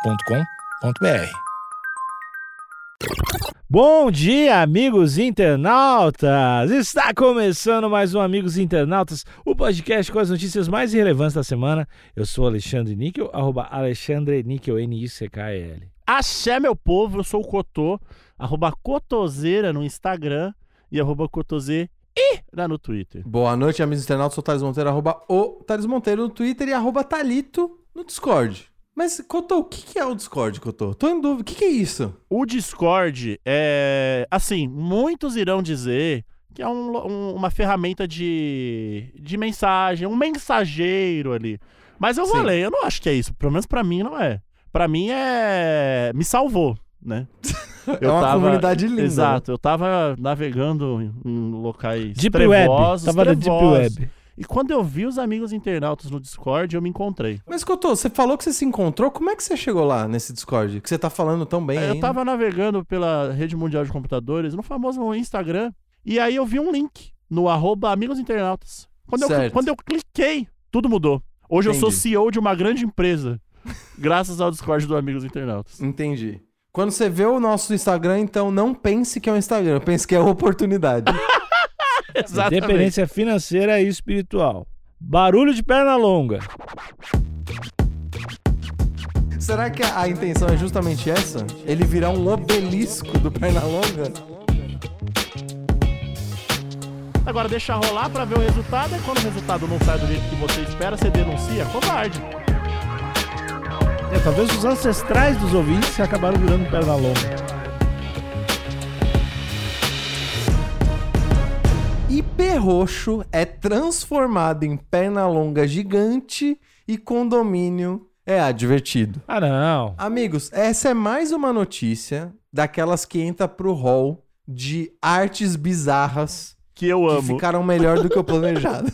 agenciadepodcast.com.br. Bom dia, amigos internautas! Está começando mais um Amigos Internautas, o podcast com as notícias mais relevantes da semana. Eu sou Alexandre Níquel, arroba Alexandre Níquel, N-I-C-K-E-L. Axé, meu povo, eu sou o Cotô, arroba Cotoseira no Instagram e arroba Cotose lá no Twitter. Boa noite, amigos internautas. Sou o Thales Monteiro, arroba o Thales Monteiro no Twitter e arroba Thalito no Discord. Mas, Cotô, o que que é o Discord, Cotô? Tô em dúvida. O que que é isso? O Discord é. Assim, muitos irão dizer que é um lo- um- uma ferramenta de, de mensagem, um mensageiro ali. Mas eu Sim. falei, eu não acho que é isso. Pelo menos pra mim não é. Pra mim é. Me salvou, né? é uma comunidade linda. Exato, eu tava navegando em- em locais Deep trevosos, Web, tava na Deep trevosos. Web. E quando eu vi os amigos internautas no Discord, eu me encontrei. Mas, Cotô, você falou que você se encontrou. Como é que você chegou lá nesse Discord? Que você tá falando tão bem É, eu ainda? tava navegando pela rede mundial de computadores, no famoso Instagram, e aí eu vi um link no arroba amigos internautas. Quando, eu, cli- Certo. quando eu cliquei, tudo mudou. Hoje eu sou Entendi. CEO de uma grande empresa, graças ao Discord do Amigos Internautas. Entendi. Quando você vê o nosso Instagram, então não pense que é um Instagram. Pense que é uma oportunidade. Independência financeira e espiritual. Barulho de perna longa. Será que a, a intenção é justamente essa? Ele virar um obelisco do Pernalonga? Agora deixa rolar pra ver o resultado, e quando o resultado não sai do jeito que você espera, você denuncia, covarde. É, talvez os ancestrais dos ouvintes acabaram virando perna longa. E perroxo é transformado em perna longa gigante e condomínio é advertido. Ah, não. Amigos, essa é mais uma notícia daquelas que entra pro hall de artes bizarras Que eu que amo. ficaram melhor do que o planejado.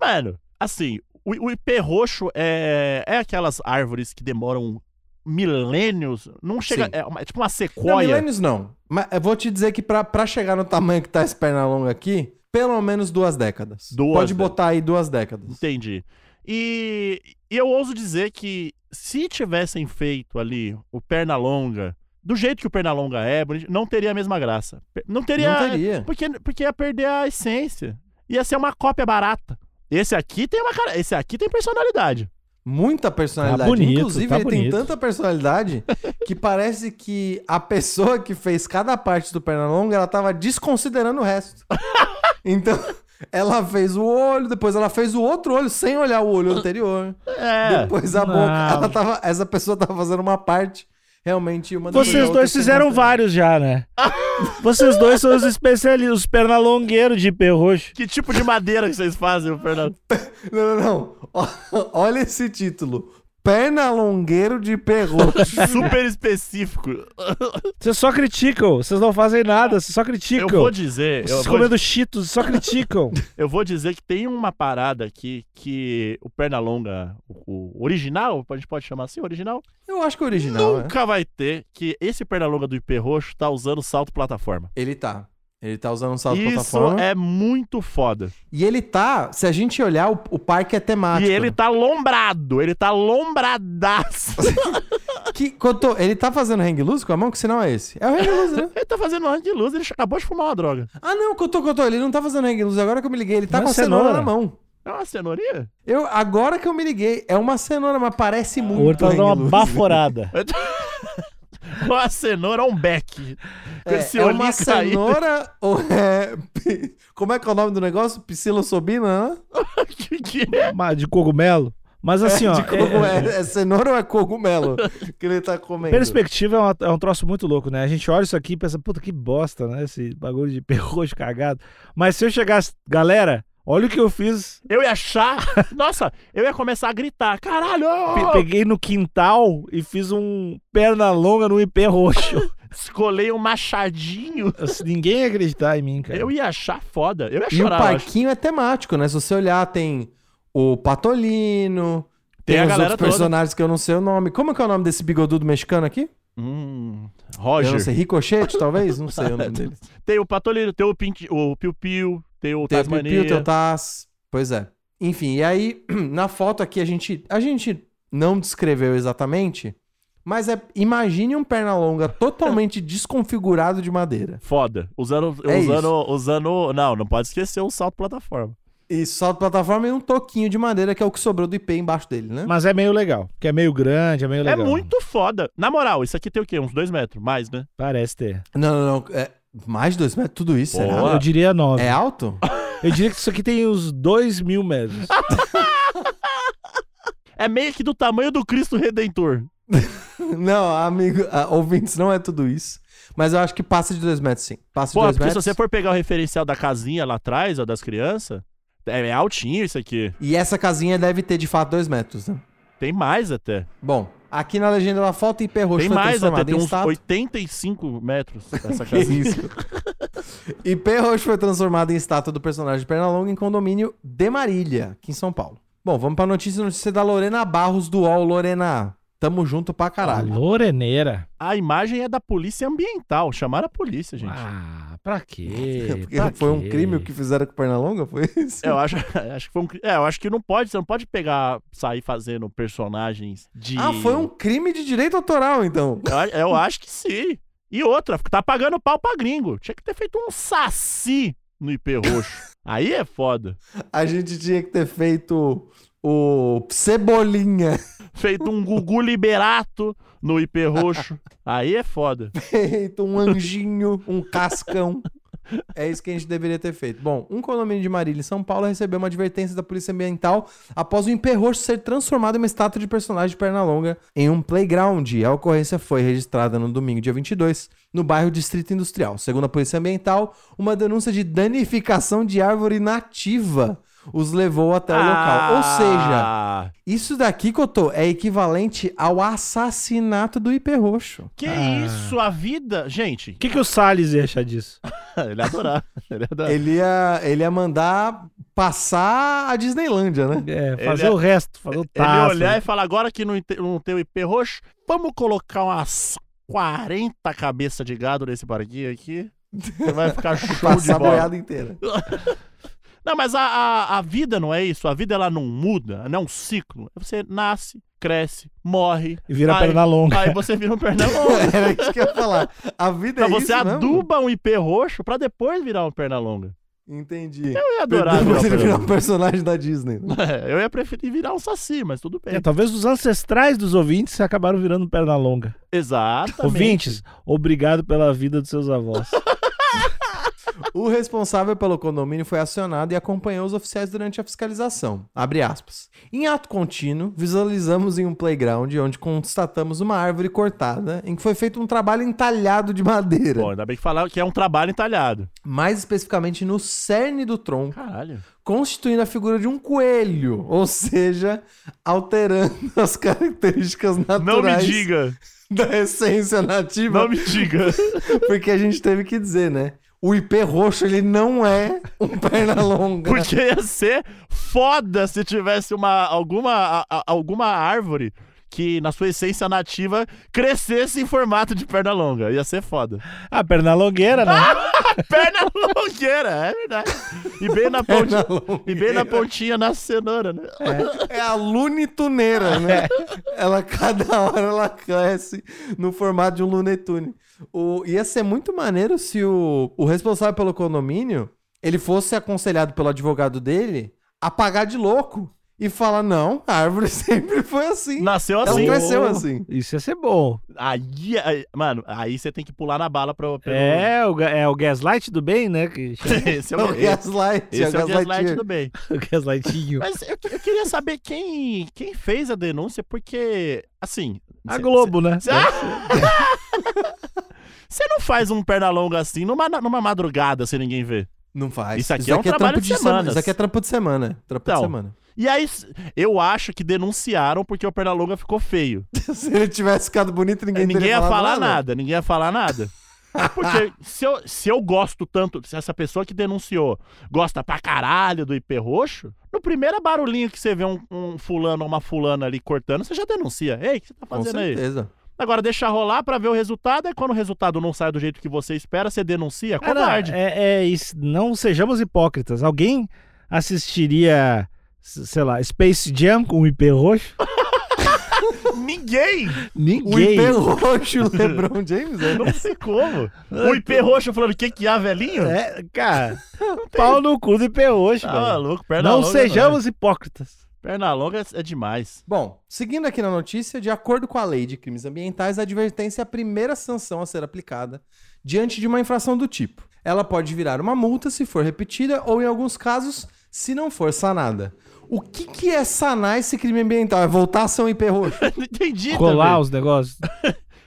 Mano, assim, o, o IP roxo é, é aquelas árvores que demoram milênios. Não chega. Sim. É, uma- é tipo uma não, sequoia. milênios não. Mas eu vou te dizer que pra, pra chegar no tamanho que tá esse perna longa aqui, pelo menos duas décadas. Duas Pode décadas. botar aí duas décadas. Entendi. E, e eu ouso dizer que se tivessem feito ali o Pernalonga, do jeito que o Pernalonga é, bonito, não teria a mesma graça. Pe- Não teria. Não teria. Porque, porque ia perder a essência. Ia ser uma cópia barata. Esse aqui tem uma cara. Esse aqui tem personalidade. Muita personalidade. Tá bonito, Inclusive, tá ele tem bonito. tanta personalidade que parece que a pessoa que fez cada parte do Pernalonga, ela tava desconsiderando o resto. Então, ela fez o olho, depois ela fez o outro olho sem olhar o olho anterior. É. depois a não. boca. Ela tava, essa pessoa tava fazendo uma parte realmente uma depois da Vocês outra, dois sem fizeram mostrar. vários já, né? Vocês dois são os especialistas, os pernalongueiros de perroxo. Que tipo de madeira que vocês fazem, o Pernalonga? Não, não, não. Ó- Olha esse título. Pernalongueiro de perroxo. super específico. Vocês só criticam, vocês não fazem nada, vocês só criticam. Eu vou dizer, eu Vocês vou, comendo cheetos, só criticam. eu vou dizer que tem uma parada aqui que o Pernalonga, o, o original, a gente pode chamar assim, o original, Eu acho que é original, né? nunca vai ter que esse Pernalonga do IP roxo tá usando salto plataforma. Ele tá. Ele tá usando um salto Isso plataforma. é muito foda. E ele tá, se a gente olhar, o, o parque é temático. e ele tá lombrado, ele tá lombradaço. Que, Cotô, ele tá fazendo hang loose com a mão? Que sinal é esse? É o hang loose, né? ele tá fazendo um de luz, ele acabou de fumar uma droga. Ah, não, Cotô, Cotô, ele não tá fazendo hang loose. Agora que eu me liguei, ele tá Uma com a cenoura. cenoura. na mão. É uma cenourinha? Eu, agora que eu me liguei, é uma cenoura, mas parece O muito Hortão hang dá uma loose. baforada. uma cenoura, um beck. Com esse É, é uma olhinho tá caído. cenoura ou é... Como é que é o nome do negócio? Psilosobina, né? Que que é? Mas De cogumelo. Mas assim, ó. De cogu- é- é, é cenoura ou é cogumelo que ele tá comendo? Perspectiva é, uma- é um troço muito louco, né? A gente olha isso aqui e pensa, puta que bosta, né? Esse bagulho de perroxo cagado. Mas se eu chegasse, galera, olha o que eu fiz. Eu ia achar. Nossa, eu ia começar a gritar. Caralho! Pe- Peguei no quintal e fiz um perna longa no IP roxo. Escolei um machadinho. Assim, Ninguém ia acreditar em mim, cara. Eu ia achar foda. Eu ia E o chorar. eu acho. parquinho é temático, né? Se você olhar, tem o Patolino, Tem tem, a os galera outros toda. personagens que eu não sei o nome. Como é que é o nome desse bigodudo mexicano aqui? Hum, Eu não Roger. sei, Ricochete, talvez? Não sei o nome dele. Tem o Patolino, tem o, Pinti, o Piu Piu, tem o Tem o Piu Tasmania. Piu, Teotás. Pois é. Enfim, e aí, na foto aqui, a gente, a gente não descreveu exatamente, mas é, imagine um pernalonga totalmente desconfigurado de madeira. Foda. Usando, É usando, usando. Não, não pode esquecer o salto plataforma. E só de plataforma e um toquinho de madeira, que é o que sobrou do IP embaixo dele, né? Mas é meio legal, porque é meio grande, é meio legal. É muito foda. Na moral, isso aqui tem o quê? Uns dois metros? Mais, né? Parece ter. Não, não, não. É mais de dois metros, tudo isso, será? Boa. Eu diria nove. É alto? Eu diria que isso aqui tem uns dois mil metros. É meio que do tamanho do Cristo Redentor. não, amigo, ah, ouvintes, não é tudo isso. Mas eu acho que passa de dois metros, sim. Passa de Pô, dois porque metros. se você for pegar o referencial da casinha lá atrás, ó, das crianças, é, é altinho isso aqui. E essa casinha deve ter, de fato, dois metros, né? Tem mais até. Bom, aqui na legenda ela falta IP roxo Tem foi mais até. transformado Tem em uns estátua. 85 metros essa Que casinha. isso? IP roxo foi transformado em estátua do personagem de Pernalonga em condomínio de Marília, aqui em São Paulo. Bom, vamos pra notícia, notícia da Lorena Barros do UOL. Lorena, tamo junto pra caralho. Tá Loreneira. A imagem é da polícia ambiental. Chamaram a polícia, gente. Ah, pra quê? Porque Pra foi um quê? crime o que fizeram com o Pernalonga, foi isso? É, Eu acho, acho que foi um. cri- É, eu acho que não pode. Você não pode pegar, sair fazendo personagens de. Ah, foi um crime de direito autoral, então. Eu, a- eu acho que sim. E outra, tá pagando pau pra gringo. Tinha que ter feito um saci no IP roxo. Aí é foda. A gente tinha que ter feito o Cebolinha. Feito um Gugu Liberato no IP roxo. Aí é foda. Feito um anjinho, um cascão. É isso que a gente deveria ter feito. Bom, um condomínio de Marília em São Paulo recebeu uma advertência da Polícia Ambiental após o emperroxo ser transformado em uma estátua de personagem de Pernalonga em um playground. A ocorrência foi registrada no domingo, dia 22, no bairro Distrito Industrial. Segundo a Polícia Ambiental, uma denúncia de danificação de árvore nativa os levou até o local. Ou seja, Ah, Isso daqui, Cotô, é equivalente ao assassinato do IP Roxo. Que Ah. isso, a vida. Gente, O que, que o Salles ia achar disso? ele ia adorar. Ele ia adorar. Ele ia, ele ia mandar passar a Disneylândia, né? É, Ele fazer é- o resto, fazer o Ele Tá, taço. olhar e falar, agora que não, te- não tem o IP roxo, vamos colocar umas 40 cabeças de gado nesse barquinho aqui. Você vai ficar show de Passar a bola. boiada inteira. Não, mas a, a, a vida não é isso. A vida ela não muda, não é um ciclo. Você nasce, cresce, morre. E vira Ai. perna longa. Aí você vira um pernalonga. Era isso que eu ia falar. A vida Então é você isso mesmo? aduba um IP roxo pra depois virar um pernalonga. Entendi. Eu ia adorar Depois ele virar virar um um personagem da Disney. né? pernalonga. É, Eu ia preferir virar um saci, mas tudo bem. É, Então, talvez os ancestrais dos ouvintes acabaram virando perna longa. Exatamente. Ouvintes, obrigado pela vida dos seus avós. O responsável pelo condomínio foi acionado e acompanhou os oficiais durante a fiscalização. Abre aspas. Em ato contínuo, visualizamos em um playground onde constatamos uma árvore cortada em que foi feito um trabalho entalhado de madeira. Bom, ainda bem que falaram que é um trabalho entalhado. mais especificamente no cerne do tronco, Caralho. constituindo a figura de um coelho, ou seja, alterando as características Não me naturais diga. da essência nativa, Não me diga. porque a gente teve que dizer, né? O IP roxo, ele não é um perna longa. Porque ia ser foda se tivesse uma, alguma, a- a- alguma árvore que, na sua essência nativa, crescesse em formato de perna longa. Ia ser foda. Ah, perna longueira, né? Perna longueira, é verdade. E bem na Perna pontinha. longa. E bem na pontinha na cenoura, né? É a lunituneira, né? É. Ela, cada hora, ela cresce no formato de um lunetune. O, ia ser muito maneiro se o, o responsável pelo condomínio, ele fosse aconselhado pelo advogado dele a pagar de louco e falar, não, a árvore sempre foi assim. Nasceu ela assim. cresceu assim. Isso ia ser bom. Aí, aí- mano, aí você tem que pular na bala pra. pra- É o, ga- é o gaslight do bem, né? que chama- Esse é Não, o, esse, gaslight, é é o gaslight gaslightinho. do bem. o gaslightinho. Mas eu, eu queria saber quem, quem fez a denúncia, porque, assim. A cê- Globo, né? cê- Você não faz um pernalonga assim numa, numa madrugada sem ninguém ver. Não faz. Isso aqui é um daqui trabalho trampo de de semana. semanas. Isso aqui é trampo de semana. Trampo Então. de semana. E aí, s- eu acho que denunciaram porque o pernalonga ficou feio. Se ele tivesse ficado bonito, ninguém, É, Ninguém, teria ia falado falar nada. ninguém ia falar nada. Porque se eu, se eu gosto tanto, se essa pessoa que denunciou gosta pra caralho do IP roxo, no primeiro barulhinho que você vê um, um fulano ou uma fulana ali cortando, você já denuncia. Ei, o que você tá Com fazendo aí? certeza. Agora deixa rolar pra ver o resultado, e quando o resultado não sai do jeito que você espera, você denuncia, Ah, não, covarde. é, é isso, não sejamos hipócritas. Alguém assistiria, s- sei lá, Space Jam com o IP roxo? Um Ninguém! O é Ninguém. IP roxo e o LeBron James? é? Não sei como. O IP roxo falando o que que há, velhinho? É, cara, pau no cu do IP hoje, Tá velho. maluco, perna Não longa. sejamos hipócritas. Perna longa é demais. Bom, seguindo aqui na notícia, de acordo com a Lei de Crimes Ambientais, a advertência é a primeira sanção a ser aplicada diante de uma infração do tipo. Ela pode virar uma multa se for repetida ou, em alguns casos, se não for sanada. O que, que é sanar esse crime ambiental? É voltar a ser um IP roxo? Não entendi Colar também. os negócios.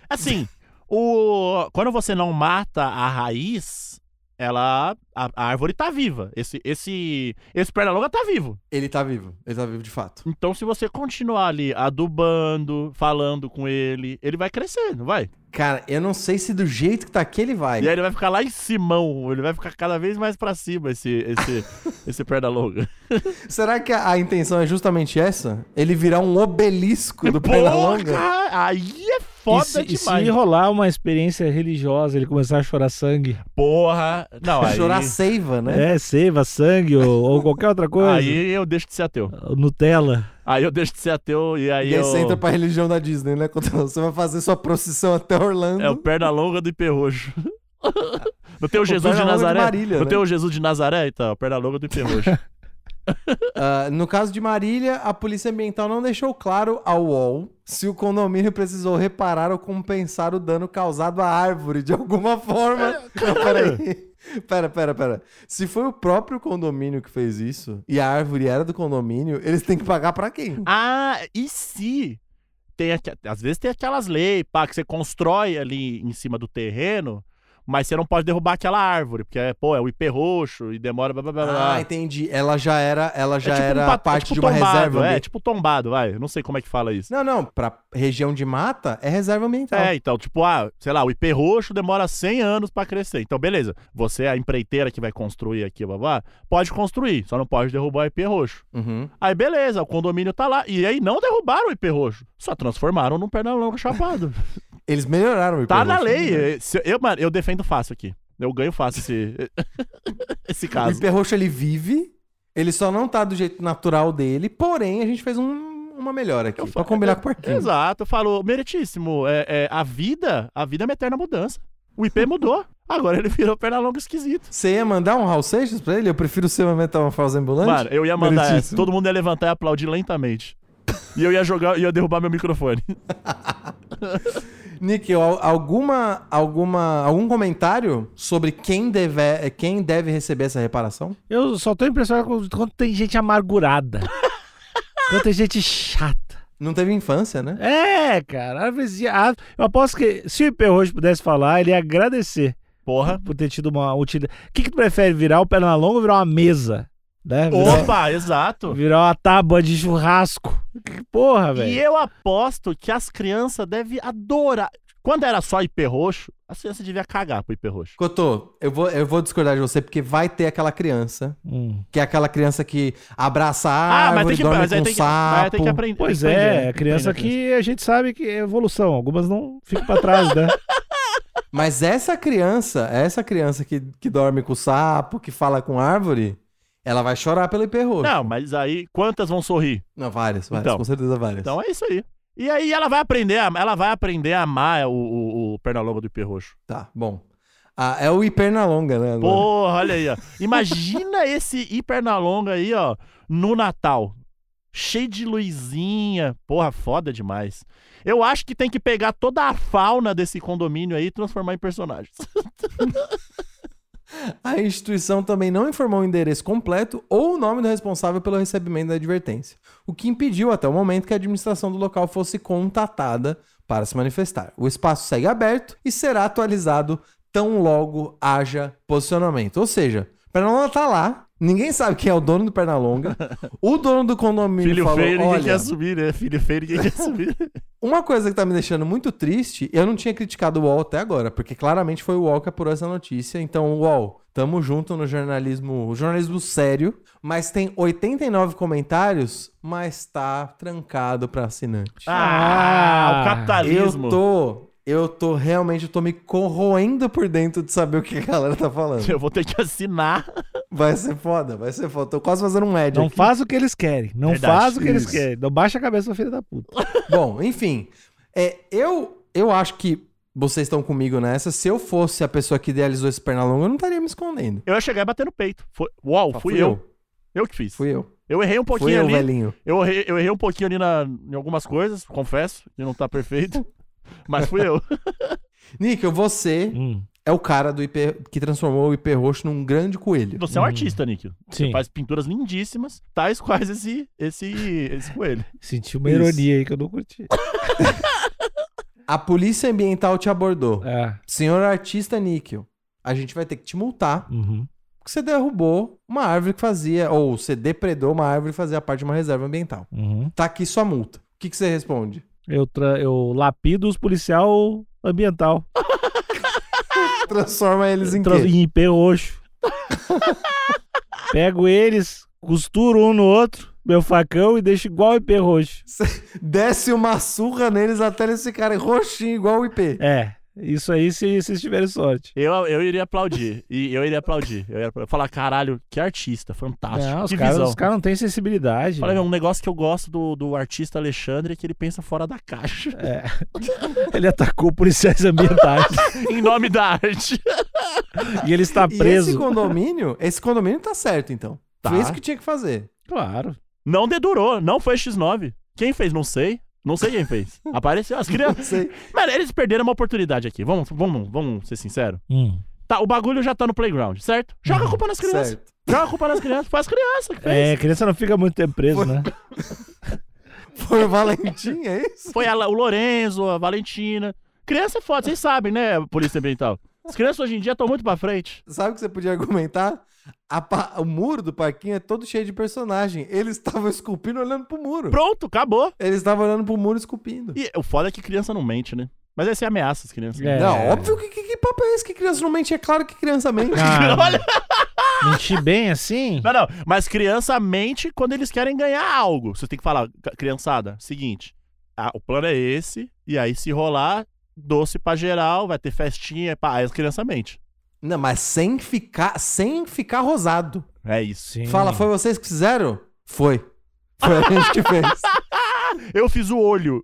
Assim, o... quando você não mata a raiz, ela... A, a árvore tá viva. Esse, esse, esse perna longa tá vivo. Ele tá vivo. Ele tá vivo de fato. Então, se você continuar ali adubando, falando com ele, ele vai crescer, não vai? Cara, eu não sei se do jeito que tá aqui ele vai. E aí ele vai ficar lá em Simão, ele vai ficar cada vez mais pra cima, esse, esse, esse perna longa. Será que a, a intenção é justamente essa? Ele virar um obelisco do Pernalonga? Porra, aí é foda e se, e se demais. rolar uma experiência religiosa, ele começar a chorar sangue. Porra, não, aí, Chorar seiva, né? É, seiva, sangue ou, ou qualquer outra coisa. aí eu deixo de ser ateu. Nutella. Aí eu deixo de ser ateu e aí E aí eu... você entra pra religião da Disney, né? Quando você vai fazer sua procissão até Orlando. É o perna longa do IP roxo. Não tem o Jesus de perna longa de Nazaré? Marília, Não né? tem o Jesus de Nazaré? Então, perna longa do IP roxo. Ah, no caso de Marília, a Polícia Ambiental não deixou claro ao UOL se o condomínio precisou reparar ou compensar o dano causado à árvore de alguma forma. Não, peraí. Pera, pera, pera. Se foi o próprio condomínio que fez isso e a árvore era do condomínio, eles têm que pagar pra quem? Ah, e se tem aqua- às vezes tem aquelas leis, pá, que você constrói ali em cima do terreno, mas você não pode derrubar aquela árvore, porque é, pô, é o IP roxo e demora blá blá blá. blá. Ah, entendi. Ela já era, ela já é era pat- é parte tipo de uma tombado, reserva. Então. É, ambiental. tipo tombado, vai. eu Não sei como é que fala isso. Não, não, pra região de mata é reserva ambiental. É, então, tipo, ah, sei lá, o IP roxo demora 100 anos pra crescer. Então, beleza. Você, a empreiteira que vai construir aqui, babá, pode construir, só não pode derrubar o IP roxo. Uhum. Aí, beleza, o condomínio tá lá. E aí, não derrubaram o IP roxo, só transformaram num pernalonga chapado. Eles melhoraram o Tá hiperroxo, na lei. né? eh, se- Eu, mano, eu defendo fácil aqui. Eu ganho fácil esse, esse O caso. hiperroxo ele vive, ele só não tá do jeito natural dele, porém a gente fez um- uma melhora aqui, pra combinar com o parquinho. Exato, eu falo, meritíssimo, é, é, a vida, a vida é uma eterna mudança. O IP mudou, agora ele virou perna longa esquisito. Você ia mandar um Hal Seixas pra ele? Eu prefiro ser uma metamorfose ambulante? Mano, eu ia mandar essa, Meritíssimo. todo mundo ia levantar e aplaudir lentamente. E eu ia jogar, ia derrubar meu microfone. Nick, al- alguma, alguma, algum comentário sobre quem deve, eh, quem deve receber essa reparação? Eu só tô impressionado com quanto tem gente amargurada. quanto tem gente chata. Não teve infância, né? É, cara. Às vezes, ah, eu aposto que se o IP hoje pudesse falar, ele ia agradecer Porra. por ter tido uma utilidade. O que, que tu prefere, virar o perna longa ou virar uma mesa? Né? Virar, Opa, exato. virar uma tábua de churrasco. Que Ah, porra, E é velho. eu aposto que as crianças devem adorar. Quando era só IP roxo, as crianças deviam cagar pro IP roxo. Cotô, eu vou, eu vou discordar de você porque vai ter aquela criança, Hum. que é aquela criança que abraça a Ah, mas árvore, tem que, dorme mas aí com tem que, mas aí sapo. tem que aprender. Pois tem que aprender, né? é, tem a criança aprender que a gente sabe que é evolução. Algumas não ficam pra trás, né? Mas essa criança, essa criança que, que dorme com o sapo, que fala com árvore, ela vai chorar pelo IP roxo. Não, mas aí quantas vão sorrir? Não, várias, várias, Então. com certeza várias. Então é isso aí. E aí ela vai aprender, a, ela vai aprender a amar o, o, o Pernalonga do IP Roxo. Tá, bom. Ah, é o Hipernalonga, né? agora? Porra, olha aí, ó. Imagina esse I Pernalonga aí, ó, no Natal. Cheio de luzinha. Porra, foda demais. Eu acho que tem que pegar toda a fauna desse condomínio aí e transformar em personagens. A instituição também não informou o endereço completo ou o nome do responsável pelo recebimento da advertência, o que impediu até o momento que a administração do local fosse contatada para se manifestar. O espaço segue aberto e será atualizado tão logo haja posicionamento. Ou seja, Pernalonga tá lá, ninguém sabe quem é o dono do Pernalonga. O dono do condomínio Filho falou: feio, ninguém quer "Olha, assumir, né? Filho feio, ninguém quer assumir. uma coisa que tá me deixando muito triste, eu não tinha criticado o UOL até agora, porque claramente foi o UOL que apurou essa notícia. Então, UOL, tamo junto no jornalismo, jornalismo sério, mas tem 89 comentários, mas tá trancado pra assinante. Ah, o Ah, capitalismo. Eu tô eu tô realmente, eu tô me corroendo por dentro de saber o que a galera tá falando. Eu vou ter que assinar. Vai ser foda, vai ser foda. Tô quase fazendo um ad Não aqui. faz o que eles querem. Não Verdade, faz o que eles isso. querem. Não baixa a cabeça, filha da puta. Bom, enfim. É, eu, eu acho que vocês estão comigo nessa. Se eu fosse a pessoa que idealizou esse Pernalonga, eu não estaria me escondendo. Eu ia chegar e bater no peito. Foi... Uau, Ah, fui eu. eu. que fiz. Fui eu. Eu errei um Fui pouquinho eu, ali. velhinho. Eu errei, eu errei um pouquinho ali na, em algumas coisas, confesso, e não tá perfeito. Mas fui eu. Níquel, você Hum, é o cara do IP que transformou o IP roxo num grande coelho. Você é um artista, Nick. sim, Faz pinturas lindíssimas, tais quais esse, esse, esse coelho. senti uma Isso. ironia aí que eu não curti. A polícia ambiental te abordou. É, Senhor artista Níquel, a gente vai ter que te multar uhum. porque você derrubou uma árvore que fazia, ou você depredou uma árvore que fazia parte de uma reserva ambiental. Uhum. Tá aqui sua multa. O que, que você responde? Eu, tra- eu lapido os policial ambiental Transforma eles em Trans- quê? em IP roxo. Pego eles, costuro um no outro, meu facão, e deixo igual IP roxo. Desce uma surra neles até eles ficarem roxinho igual o IP. É, isso aí se vocês tiverem sorte. Eu, eu iria aplaudir. E eu iria aplaudir. Eu ia falar, caralho, que artista, fantástico. Não, os que caras visão. os é caras não têm sensibilidade. Olha, um negócio que eu gosto do, do artista Alexandre é que ele pensa fora da caixa. Ele atacou policiais ambientais em nome da arte. e ele está E esse preso. condomínio, esse condomínio tá certo, então. Tá. Foi isso que tinha que fazer. Claro. Não dedurou, não foi X9. Quem fez, não sei. Não sei quem fez. Apareceu as Não crianças. sei. Mano, eles perderam uma oportunidade aqui. Vamos, vamos, vamos ser sinceros. Hum. Tá, o bagulho já tá no playground, certo? Joga a culpa nas crianças. Certo. Joga a culpa nas crianças. Foi as crianças que fez. É, criança não fica muito tempo preso, né? Foi o Valentim, é isso? Foi a La- o Lorenzo, a Valentina. Criança é foda, vocês sabem, né, Polícia Ambiental? As crianças hoje em dia estão muito pra frente. Sabe o que você podia argumentar? A pa- O muro do parquinho é todo cheio de personagem. Eles estavam esculpindo olhando pro muro. Pronto, acabou. Eles estavam olhando pro muro esculpindo. E o foda é que criança não mente, né? Mas essa é a ameaça, as crianças. É. Não, óbvio que, que, que papo é esse que criança não mente. É claro que criança mente. Ah, Olha. Mentir bem assim? Não, não. Mas criança mente quando eles querem ganhar algo. Você tem que falar, "Ca- criançada, seguinte, ah, o plano é esse, e aí se rolar, doce pra geral, vai ter festinha, pá, aí as crianças mente. Não, mas sem ficar, sem ficar rosado. É isso. Sim. Fala, foi vocês que fizeram? Foi. Foi a gente que fez. Eu fiz o olho.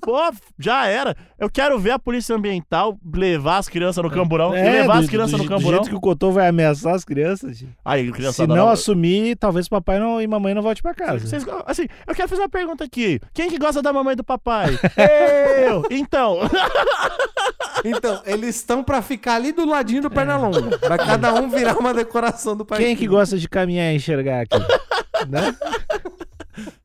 Pô, já era. Eu quero ver a polícia ambiental levar as crianças no camburão. Então, e levar É. do- as crianças do- no do camburão. jeito que o Cotô vai ameaçar as crianças. gente. Aí, criança Se não assumir, talvez papai não, e mamãe não volte pra casa. Vocês- assim, eu quero fazer uma pergunta aqui. Quem que gosta da mamãe e do papai? Eu! Então, Então, eles estão pra ficar ali do ladinho do Pernalonga. Pra cada um virar uma decoração do parquinho. É. Quem é que gosta de caminhar e enxergar aqui? Né?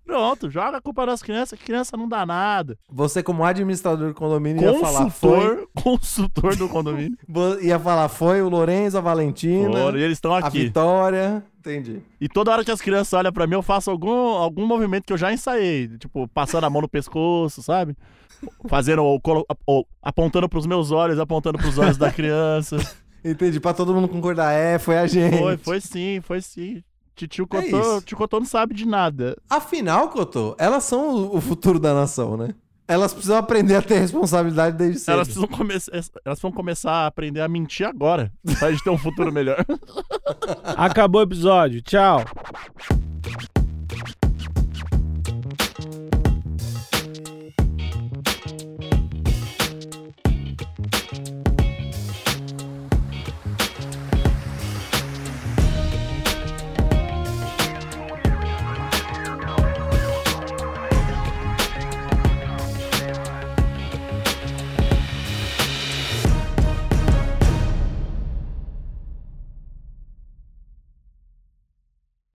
pronto, joga a culpa nas crianças, que criança não dá nada. Você, como administrador do condomínio, ia falar foi. Consultor, consultor do condomínio. Bo- Ia falar foi o Lourenço, a Valentina, Ora, e eles estão né? a aqui. Vitória. Entendi. E toda hora que as crianças olham pra mim, eu faço algum, algum movimento que eu já ensaiei. Tipo, passando a mão no pescoço, sabe? Fazendo ou, colo- ou apontando pros meus olhos, apontando pros olhos da criança. Entendi. Pra todo mundo concordar, é, foi a gente. Foi, foi sim, foi sim. Titio É Cotô, isso. Titio Cotô não sabe de nada. Afinal, Cotô, elas são o- o futuro da nação, né? Elas precisam aprender a ter responsabilidade desde cedo. Elas precisam, começar, elas vão começar a aprender a mentir agora, pra gente ter um futuro melhor. Acabou o episódio. Tchau.